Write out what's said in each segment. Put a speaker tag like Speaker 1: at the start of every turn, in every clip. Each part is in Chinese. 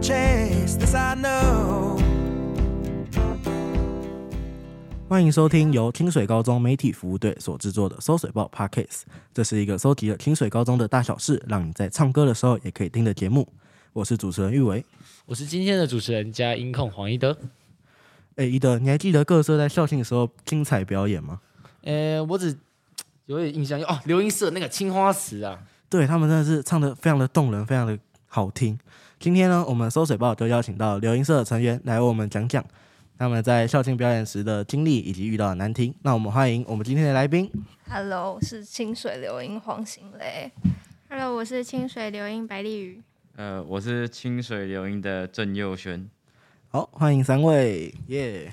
Speaker 1: chase, this I know.
Speaker 2: 欢迎收听由清水高中媒体服务队所制作的《搜水报》Podcast，这是一个搜集了清水高中的大小事，让你在唱歌的时候也可以听的节目。我是主持人玉维。
Speaker 3: 我是今天的主持人加音控黄一德。
Speaker 2: 哎，一德，你还记得各社在校庆的时候精彩表演吗？
Speaker 3: 呃，我只有点印象，哦，刘英社那个青花瓷啊，
Speaker 2: 对他们真的是唱的非常的动人，非常的好听。今天呢，我们搜水报就邀请到流音社的成员来为我们讲讲他们在校庆表演时的经历以及遇到的难题。那我们欢迎我们今天的来宾。
Speaker 4: Hello，我是清水流音黄行雷。
Speaker 5: Hello，我是清水流音白丽鱼。
Speaker 6: 呃，我是清水流音的郑佑轩。
Speaker 2: 好，欢迎三位，耶、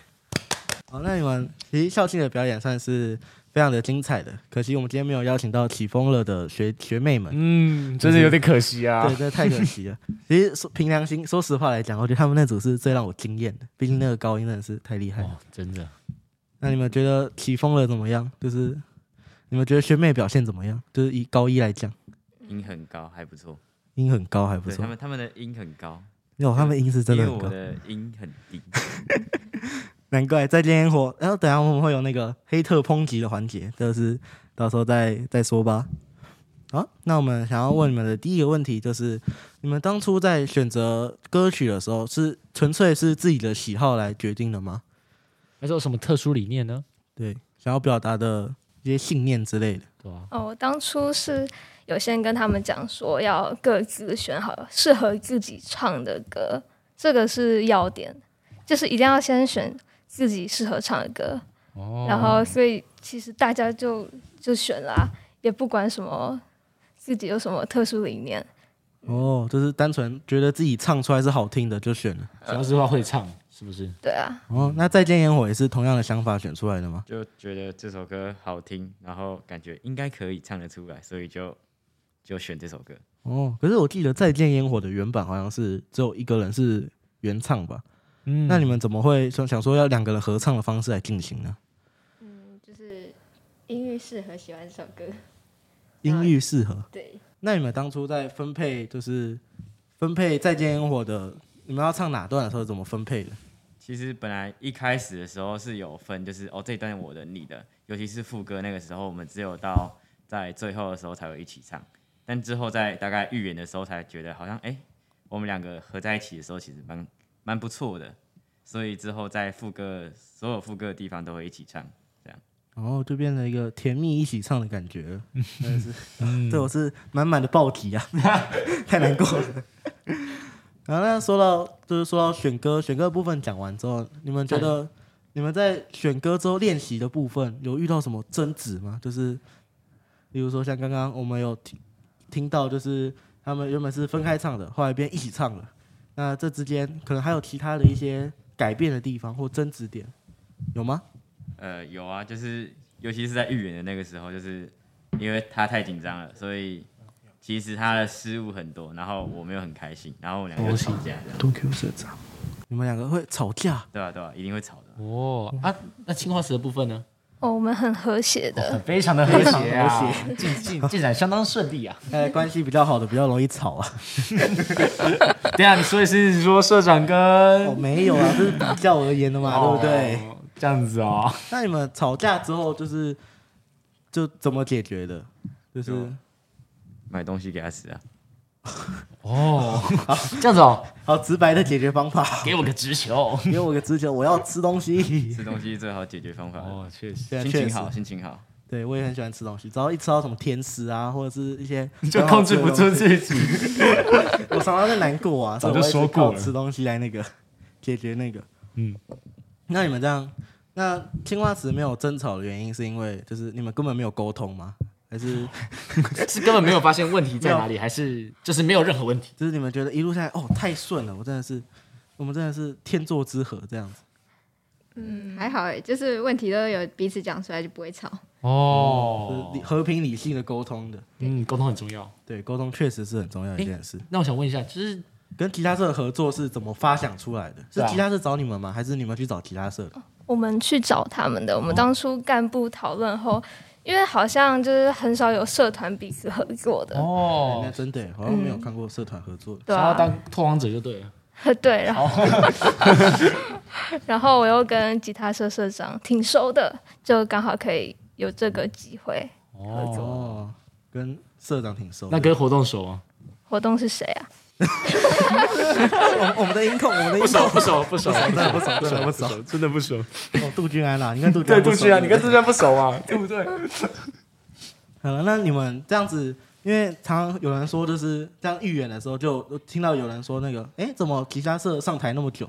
Speaker 2: 好，那你们其实校庆的表演算是非常的精彩的，可惜我们今天没有邀请到起风了的学学妹们，
Speaker 3: 嗯，真的有点可惜啊
Speaker 2: 对，这太可 惜了。其实说凭良心，说实话来讲，我觉得他们那组是最让我惊艳的，毕竟那个高音真的是太厉害了。
Speaker 3: 哦，真的，
Speaker 2: 那你们觉得起风了怎么样？就是你们觉得学妹表现怎么样？就是以高一来讲，
Speaker 6: 音很高，还不错。
Speaker 2: 音很高还不
Speaker 6: 对
Speaker 2: 错
Speaker 6: 他，们，他们的音很高，
Speaker 2: 有他们音是真
Speaker 6: 因
Speaker 2: 的
Speaker 6: 为
Speaker 2: 很
Speaker 6: 我
Speaker 2: 高，
Speaker 6: 的音很低。
Speaker 2: 难怪再见烟火。然后呃等一下我们会有那个黑特抨击的环节，就是到时候再再说吧。好，那我们想要问你们的第一个问题就是，你们当初在选择歌曲的时候，是纯粹是自己的喜好来决定的吗？
Speaker 3: 还是有什么特殊理念呢？
Speaker 2: 对，想要表达的一些信念之类的。
Speaker 3: 对啊吧、
Speaker 4: 哦，我当初是有先跟他们讲说要各自选好适合自己唱的歌，这个是要点，就是一定要先选自己适合唱的歌。
Speaker 3: 哦
Speaker 4: 然后，所以其实大家就就选啦、也不管什么自己有什么特殊理念。
Speaker 2: 哦，就是单纯觉得自己唱出来是好听的就选了。
Speaker 3: 主要是话会唱，是不是？
Speaker 4: 对啊，
Speaker 2: 哦，那再见烟火也是同样的想法选出来的吗？
Speaker 6: 就觉得这首歌好听，然后感觉应该可以唱得出来，所以就就选这首歌。
Speaker 2: 哦，可是我记得再见烟火的原版好像是只有一个人是原唱吧？
Speaker 3: 嗯
Speaker 2: 那你们怎么会说想说要两个人合唱的方式来进行呢？
Speaker 5: 嗯，就是音域适合喜欢这首歌。
Speaker 2: 音域适合。
Speaker 5: 对，
Speaker 2: 那你们当初在分配就是分配再见烟火的，你们要唱哪段的时候怎么分配的？
Speaker 6: 其实本来一开始的时候是有分，就是哦这一段我的你的，尤其是副歌那个时候，我们只有到在最后的时候才会一起唱，但之后在大概预演的时候才觉得好像哎、诶我们两个合在一起的时候其实蛮蛮不错的，所以之后在副歌所有副歌的地方都会一起唱。
Speaker 2: 然后就变成一个甜蜜一起唱的感觉了，真的是，对我是满满的暴击啊， 太难过了。然后那说到就是说到选歌，选歌的部分讲完之后，你们觉得你们在选歌之后练习的部分有遇到什么争执吗？就是例如说像刚刚我们有听听到，就是他们原本是分开唱的，后来变一起唱了，那这之间可能还有其他的一些改变的地方或争执点，有吗？
Speaker 6: 呃，有啊，就是尤其是在预演的那个时候，就是因为他太紧张了，所以其实他的失误很多，然后我没有很开心，然后我们两个就吵架，这样
Speaker 2: 东 Q 社长，你们两个会吵架？
Speaker 6: 对啊？对啊？一定会吵的。
Speaker 3: 哦啊，那青花瓷的部分呢？
Speaker 4: 哦，我们很和谐的。
Speaker 3: 非常的和谐
Speaker 2: 非
Speaker 3: 啊，进进进展相当顺利啊。
Speaker 2: 呃，关系比较好的比较容易吵啊。
Speaker 3: 对啊，你说的是说社 长
Speaker 2: 我、哦、
Speaker 3: 跟
Speaker 2: 没有啊，这是比较而言的嘛，对不对？
Speaker 3: 哦这样子哦，
Speaker 2: 那你们吵架之后就是就怎么解决的？就是
Speaker 6: 就买东西给他吃啊，
Speaker 3: 哦， 这样子哦，
Speaker 2: 好直白的解决方法。
Speaker 3: 给我个直球。
Speaker 2: 给我个直觉，我要吃东西。
Speaker 6: 吃东西是最好解决方 法了。，
Speaker 3: 哦确实，
Speaker 2: 对啊，
Speaker 6: 心
Speaker 2: 确
Speaker 6: 情
Speaker 2: 实，
Speaker 6: 好，心情好，
Speaker 2: 对我也很喜欢吃东西。只要一吃到什么甜食啊，或者是一 些
Speaker 3: 就控制不住，自己。
Speaker 2: 我常常在难过啊，
Speaker 3: 早
Speaker 2: 所以我一
Speaker 3: 就
Speaker 2: 直
Speaker 3: 说过
Speaker 2: 靠
Speaker 3: 了
Speaker 2: 吃东西来那个 解决那个。
Speaker 3: 嗯，
Speaker 2: 那你们这样，那青花瓷没有争吵的原因是因为就是你们根本没有沟通吗？还是
Speaker 3: 是根本没有发现问题在哪里，还是就是没有任何问题？
Speaker 2: 就是你们觉得一路下来哦太顺了，我真的是，我们真的是天作之合这样子。
Speaker 5: 还好哎，就是问题都有彼此讲出来，就不会吵。
Speaker 2: 就是
Speaker 3: 哦
Speaker 2: 理，和平理性的沟通的，
Speaker 3: 嗯，沟通很重要。
Speaker 2: 对，沟通确实是很重要的一件事。
Speaker 3: 那我想问一下，就是
Speaker 2: 跟吉他社的合作是怎么发想出来的？是
Speaker 3: 对啊
Speaker 2: 吉他社找你们吗？还是你们去找吉他社的？
Speaker 4: 我们去找他们
Speaker 3: 哦
Speaker 4: 的。我们当初干部讨论后，因为好像就是很少有社团彼此合作的，
Speaker 2: 哎
Speaker 3: 哦
Speaker 2: 那，真的耶好像没有看过社团合作的。
Speaker 4: 对
Speaker 3: 想要
Speaker 4: 啊，
Speaker 3: 当拓荒者就对了。
Speaker 4: 对，然后 然后我又跟吉他社社长挺熟的，就刚好可以有这个机会。
Speaker 2: 哦，跟社长挺熟的。
Speaker 3: 那跟活动熟吗？
Speaker 4: 活动是谁啊？
Speaker 2: 我们我们的音控，我们的音
Speaker 3: 不
Speaker 2: 控
Speaker 3: 熟，不熟，不熟，真
Speaker 2: 的不熟真的不熟，
Speaker 3: 真的不熟。
Speaker 2: 哦杜君安啦，你跟杜君
Speaker 3: 对，
Speaker 2: 安不
Speaker 3: 杜
Speaker 2: 熟
Speaker 3: 鹃啊，你跟杜鹃不熟啊，对不对？
Speaker 2: 好了，那你们这样子，因为常常有人说，就是这样预演的时候，就哦听到有人说那个，哎、怎么吉他社上台那么久？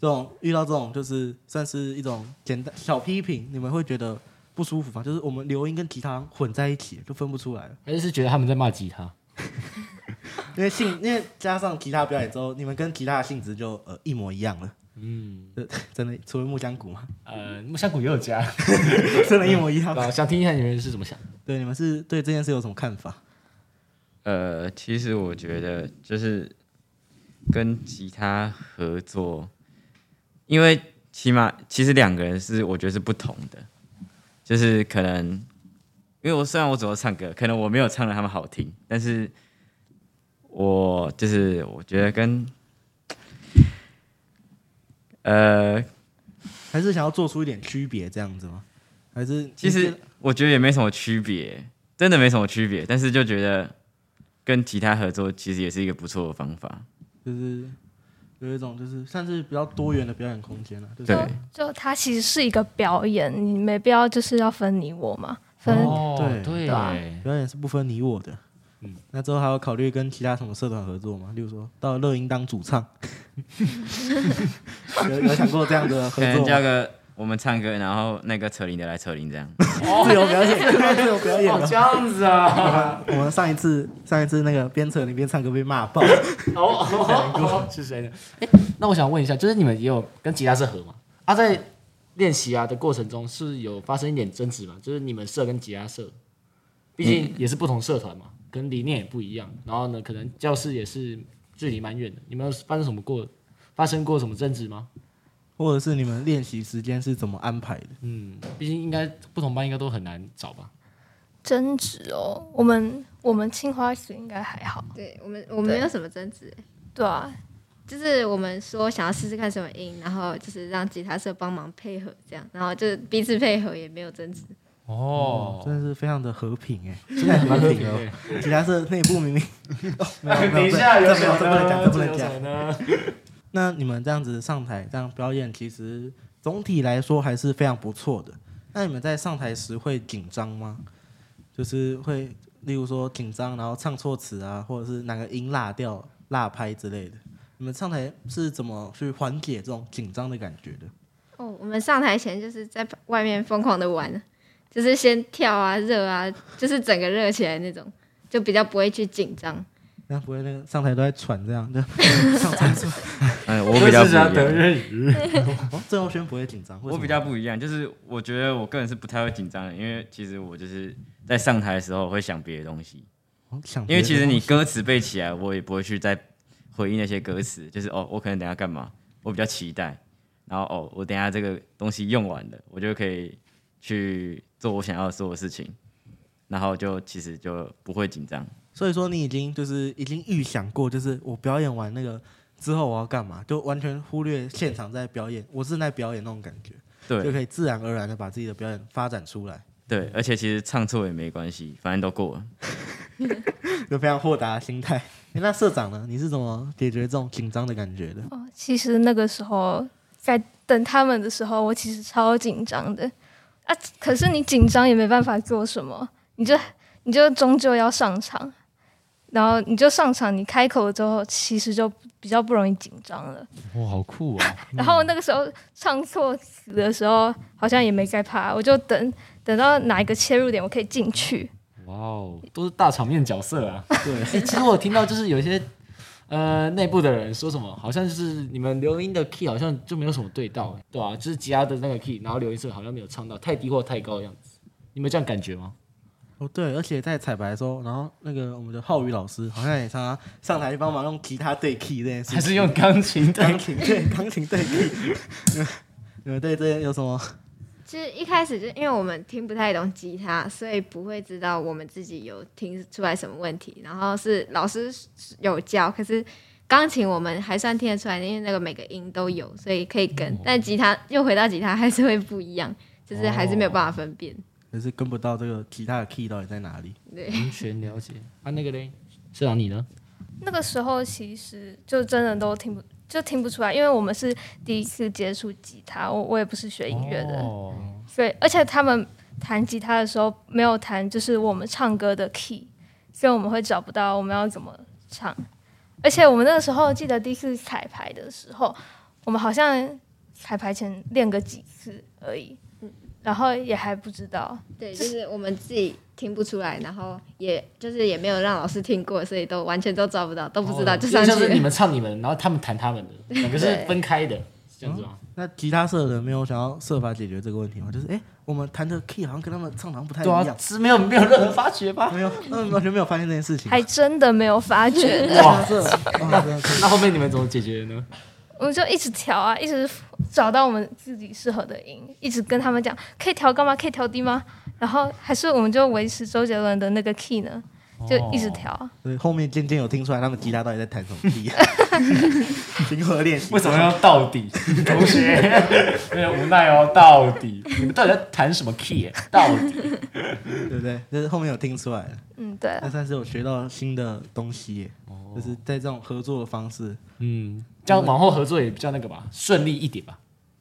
Speaker 2: 这种遇到这种就是算是一种简单小批评，你们会觉得不舒服吗？就是我们流音跟吉他混在一起，就分不出来了。
Speaker 3: 还是是觉得他们在骂吉他？
Speaker 2: 因为性，因为加上吉他表演之后，你们跟吉他的性质就呃一模一样了。
Speaker 3: 嗯，
Speaker 2: 呃真的，除了木香谷 嘛，
Speaker 3: 呃，木香谷也有 加，
Speaker 2: 真的，一模一样。
Speaker 3: 啊想听一下你们是怎么想？
Speaker 2: 对，你们是对这件事有什么看法？
Speaker 6: 呃，其实我觉得就是跟吉他合作，因为起码其实两个人是我觉得是不同的，就是可能因为我虽然我只会唱歌，可能我没有唱的他们好听，但是我就是我觉得跟呃，
Speaker 2: 还是想要做出一点区别这样子吗？还是
Speaker 6: 其实我觉得也没什么区别，真的没什么区别，但是就觉得跟吉他合作其实也是一个不错的方法。
Speaker 2: 就是有一种就是算是比较多元的表演空间了、啊就是
Speaker 6: 对
Speaker 4: 就就它其实是一个表演，你没必要就是要分你我嘛，分、
Speaker 3: 哦
Speaker 2: 对
Speaker 3: 对
Speaker 4: 对啊
Speaker 2: 表演是不分你我的。嗯，那之后还有考虑跟其他什么社团合作吗？例如说到乐音当主唱，有有想过这样的合
Speaker 6: 可能
Speaker 2: 作
Speaker 6: 叫
Speaker 2: 吗？
Speaker 6: 个我们唱歌，然后那个扯铃的来扯铃这 样。
Speaker 2: 自由表演，自由表演
Speaker 3: 哦，
Speaker 2: 了
Speaker 3: 这。样子啊，
Speaker 2: 我们上一次上一次那个边扯你边唱歌被骂爆，
Speaker 3: 哦哦，是谁呢？哎，那我想问一下，就是你们也有跟吉他社合吗？啊，在练习啊的过程中是有发生一点争执吗？就是你们社跟吉他社，毕竟也是不同社团嘛，可能理念也不一样，然后呢，可能教室也是距离蛮远的，你们有发生什么过？发生过什么争执吗？
Speaker 2: 或者是你们练习时间是怎么安排的？
Speaker 3: 嗯，毕竟应该不同班应该都很难找吧。
Speaker 4: 争执哦。我们我们青花瓷应该还好，
Speaker 5: 对我们我们没有什么争执，
Speaker 4: 对啊，
Speaker 5: 就是我们说想要试试看什么音，然后就是让吉他社帮忙配合这样，然后就是彼此配合也没有争执。
Speaker 3: 哦
Speaker 2: 真的是非常的和平哎、现在和平哦。 其他社内部明明、哦、 没 有没有，这没有这不能讲，这不能讲。
Speaker 3: 呢？
Speaker 2: 那你们这样子上台这样表演，其实总体来说还是非常不错的。那你们在上台时会紧张吗？就是会，例如说紧张，然后唱错词啊，或者是哪个音落掉、落拍之类的。你们上台是怎么去缓解这种紧张的感觉的？
Speaker 5: 哦，我们上台前就是在外面疯狂的玩，就是先跳啊、热啊，就是整个热起来那种，就比较不会去紧张。
Speaker 2: 那不会那个上台都在喘这样的，上台喘。
Speaker 6: 嗯，我比较不一
Speaker 3: 德
Speaker 6: 样，
Speaker 3: 日语。
Speaker 2: 哦，郑浩轩不会紧张，为什
Speaker 6: 我
Speaker 2: 么
Speaker 6: 比较不一样，就是我觉得我个人是不太会紧张的，因为其实我就是在上台的时候我会想别的东西，
Speaker 2: 哦想
Speaker 6: 因
Speaker 2: 别
Speaker 6: 为
Speaker 2: 的东西，
Speaker 6: 其实你歌词背起来，我也不会去再回忆那些歌词，就是哦，我可能等一下干嘛，我比较期待，然后哦，我等一下这个东西用完了，我就可以去做我想要做的事情，然后就其实就不会紧张。
Speaker 2: 所以说你已经就是已经预想过，就是我表演完那个之后我要干嘛，就完全忽略现场在表演，我是在表演那种感觉，就
Speaker 6: 对
Speaker 2: 可以自然而然的把自己的表演发展出来，
Speaker 6: 对，而且其实唱错也没关系，反正都过了。
Speaker 2: 就非常豁达的心态。诶那社长呢？你是怎么解决这种紧张的感觉的？
Speaker 4: 哦，其实那个时候在等他们的时候，我其实超紧张的啊。可是你紧张也没办法做什么，你就你就终究要上场，然后你就上场，你开口之后，其实就比较不容易紧张了。
Speaker 3: 哇，好酷啊！
Speaker 4: 然后那个时候唱错词的时候，好像也没在怕，我就等等到哪一个切入点我可以进去。
Speaker 3: 哇哦，都是大场面角色啊。
Speaker 2: 对，
Speaker 3: 哎，其实我有听到就是有一些呃内部的人说什么，好像就是你们刘音的 key 好像就没有什么对到、诶对啊，就是吉他的那个 key，然后刘音社好像没有唱到太低或太高的样子。你们有这样感觉吗？
Speaker 2: 哦对，而且在彩排的时候，然后那个我们的浩宇老师好像也常常上台帮忙用吉他对 key 这件事情，
Speaker 3: 还是用钢琴
Speaker 2: 钢
Speaker 3: 对？
Speaker 2: 琴对钢琴对 key？你 们你们对这些有什么？
Speaker 5: 其实一开始就因为我们听不太懂吉他，所以不会知道我们自己有听出来什么问题。然后是老师有教，可是钢琴我们还算听得出来，因为那个每个音都有，所以可以跟。但吉他又回到吉他，还是会不一样，就是还是没有办法分辨。
Speaker 2: 可是跟不到这个吉他的 key 到底在哪里。
Speaker 5: 对，
Speaker 3: 完全了解。啊，那个嘞，社长你呢？
Speaker 4: 那个时候其实就真的都听不就听不出来，因为我们是第一次接触吉他，我我也不是学音乐的，
Speaker 3: 哦，
Speaker 4: 所以而且他们弹吉他的时候没有弹就是我们唱歌的 key，所以我们会找不到我们要怎么唱。而且我们那个时候记得第一次彩排的时候，我们好像彩排前练个几次而已，然后也还不知道。
Speaker 5: 对，就是我们自己听不出来，然后也就是也没有让老师听过，所以都完全都抓不到，都不知道就上去
Speaker 3: 像是你
Speaker 5: 了。
Speaker 3: 们唱你们，然后他们弹他们 的，两个是分开的，是这样子吗？
Speaker 2: 那吉他社的人没有想要设法解决这个问题吗？就是哎、诶我们弹的 key 好像跟他们唱的好像不太一
Speaker 3: 对啊嗯
Speaker 2: 样，，
Speaker 3: 是没有没有任何发觉吧？
Speaker 2: 没有，他们完全没有发现这件事情。
Speaker 4: 还真的没有发觉 呢，
Speaker 2: 哇，这哇真的是
Speaker 3: 那后面你们怎么解决的呢？
Speaker 4: 我们就一直调啊，一直找到我们自己适合的音，一直跟他们讲可以调高吗？可以调低吗？然后还是我们就维持周杰伦的那个 key 呢，就一直调。
Speaker 2: 所以后面渐渐有听出来他们吉他到底在弹什么 key，经过练习。
Speaker 3: 为什么要到 底？同 学，有点无奈哦。到底你们到底在弹什么 key？到底
Speaker 2: 对不对？就是后面有听出来了，
Speaker 4: 嗯，对
Speaker 2: 那算是有学到新的东西耶，就是在这种合作的方式，
Speaker 3: 嗯，这样往后合作也比较那个吧，顺利一点吧。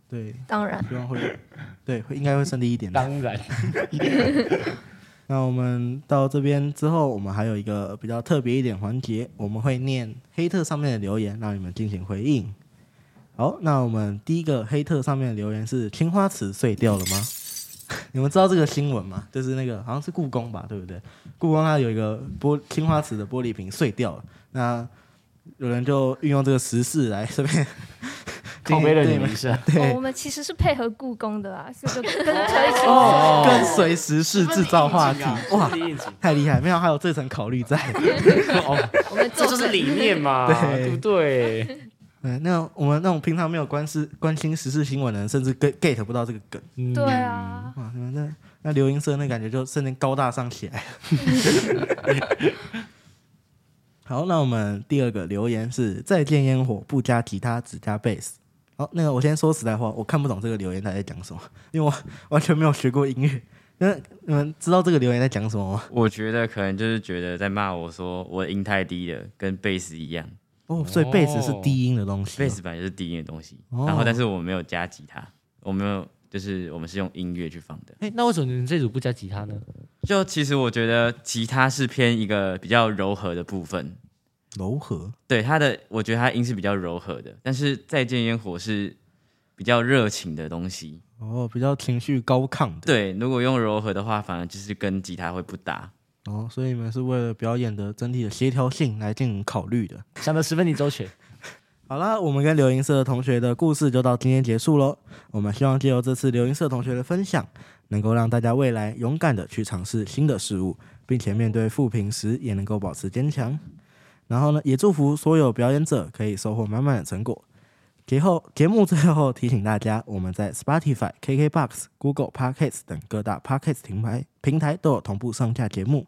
Speaker 2: 对，
Speaker 4: 当然。
Speaker 2: 希望会，对，会应该会顺利一点的。
Speaker 3: 当然，
Speaker 2: 那我们到这边之后，我们还有一个比较特别一点环节，我们会念黑特上面的留言，让你们进行回应。好，那我们第一个黑特上面的留言是“青花瓷碎掉了吗？” 你们知道这个新闻吗？就是那个好像是故宫吧，对不对？故宫它有一个玻青花瓷的玻璃瓶碎掉了，那有人就运用这个时事来这 边
Speaker 3: 靠背了你们
Speaker 2: 们
Speaker 3: 一下。
Speaker 4: 哦
Speaker 2: 对
Speaker 4: 我们其实是配合故宫的啊，所以就跟推起来。
Speaker 2: 跟随时事制造话题，哇，
Speaker 3: 应景
Speaker 2: 太厉害！没想到还有这层考虑在。
Speaker 3: 哦，
Speaker 5: 我们
Speaker 3: 这就是理念嘛，
Speaker 2: 对
Speaker 3: 对不对？
Speaker 2: 对，那我们那种平常没有关事关心时事新闻的人，甚至 get get 不到这个梗
Speaker 3: 嗯
Speaker 4: 对，啊，
Speaker 2: 哇！你们那那刘英社那感觉就瞬间高大上起来了。 好，那我们第二个留言是“再见烟火”，不加吉他，只加贝斯。好，那个我先说实在话，我看不懂这个留言他在讲什么，因为我完全没有学过音乐。那你们知道这个留言在讲什么吗？
Speaker 6: 我觉得可能就是觉得在骂我说我的音太低了，跟贝斯一样，
Speaker 2: 哦，所以贝斯是低音的东西、啊
Speaker 6: 贝斯本来就是啊低音的东西，
Speaker 2: 哦
Speaker 6: 然后但是我没有加吉他，我没有，就是我们是用音乐去放的。
Speaker 3: 哎，那为什么你们这组不加吉他呢？
Speaker 6: 就其实我觉得吉他是偏一个比较柔和的部分，
Speaker 2: 柔和。
Speaker 6: 对它的，我觉得它音是比较柔和的，但是再见烟火是比较热情的东西。
Speaker 2: 哦，比较情绪高亢的
Speaker 6: 对，如果用柔和的话，反而就是跟吉他会不搭。
Speaker 2: 哦，所以你们是为了表演的整体的协调性来进行考虑的。
Speaker 3: 想的十分你周全。
Speaker 2: 好啦，我们跟留音社的同学的故事就到今天结束喽。我们希望借由这次留音社同学的分享，能够让大家未来勇敢的去尝试新的事物，并且面对负评时也能够保持坚强。然后呢，也祝福所有表演者可以收获满满的成果。节后节目最后提醒大家，我们在 Spotify、KKBox、Google Podcasts 等各大 Podcast 平台平台都有同步上架节目。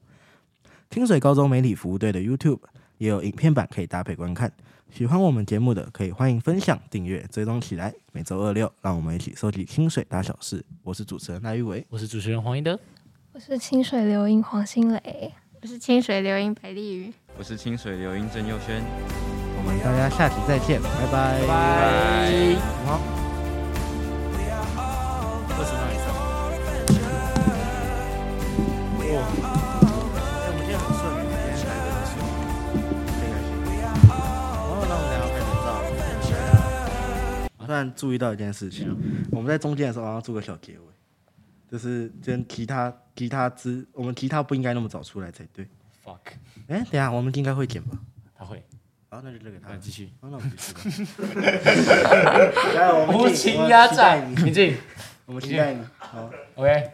Speaker 2: 清水高中媒体服务队的 YouTube 也有影片版可以搭配观看。喜欢我们节目的，可以欢迎分享、订阅、追踪起来。每周二六，让我们一起收集清水大小事。我是主持人赖玉伟，
Speaker 3: 我是主持人黄一德，
Speaker 4: 我是清水流音黄心蕾，
Speaker 5: 我是清水流音百丽鱼。
Speaker 6: 我是清水流音郑佑轩，
Speaker 2: 我们大家下期再见，拜拜。拜
Speaker 6: 拜。
Speaker 2: 好。
Speaker 1: We are all the
Speaker 3: 二十分以上。
Speaker 2: 我们今天很顺，今天来的很顺，非常顺。哦，那我们等一下开始照。我突然注意到一件事情，我们在中间的时候好像啊做个小结尾，就是跟吉他吉他之，我们吉他不应该那么早出来才对。
Speaker 3: fuck，
Speaker 2: 哎，等一下我们应该会剪吧？
Speaker 3: 他会，
Speaker 2: 好，那就留给他
Speaker 3: 那。继续。
Speaker 2: 啊好，那我们继续吧。 来，我们
Speaker 3: 无
Speaker 2: 敬
Speaker 3: 情压
Speaker 2: 我们期待
Speaker 3: 榨，
Speaker 2: 你
Speaker 3: 明静
Speaker 2: 我们期待你。好，
Speaker 3: ，OK，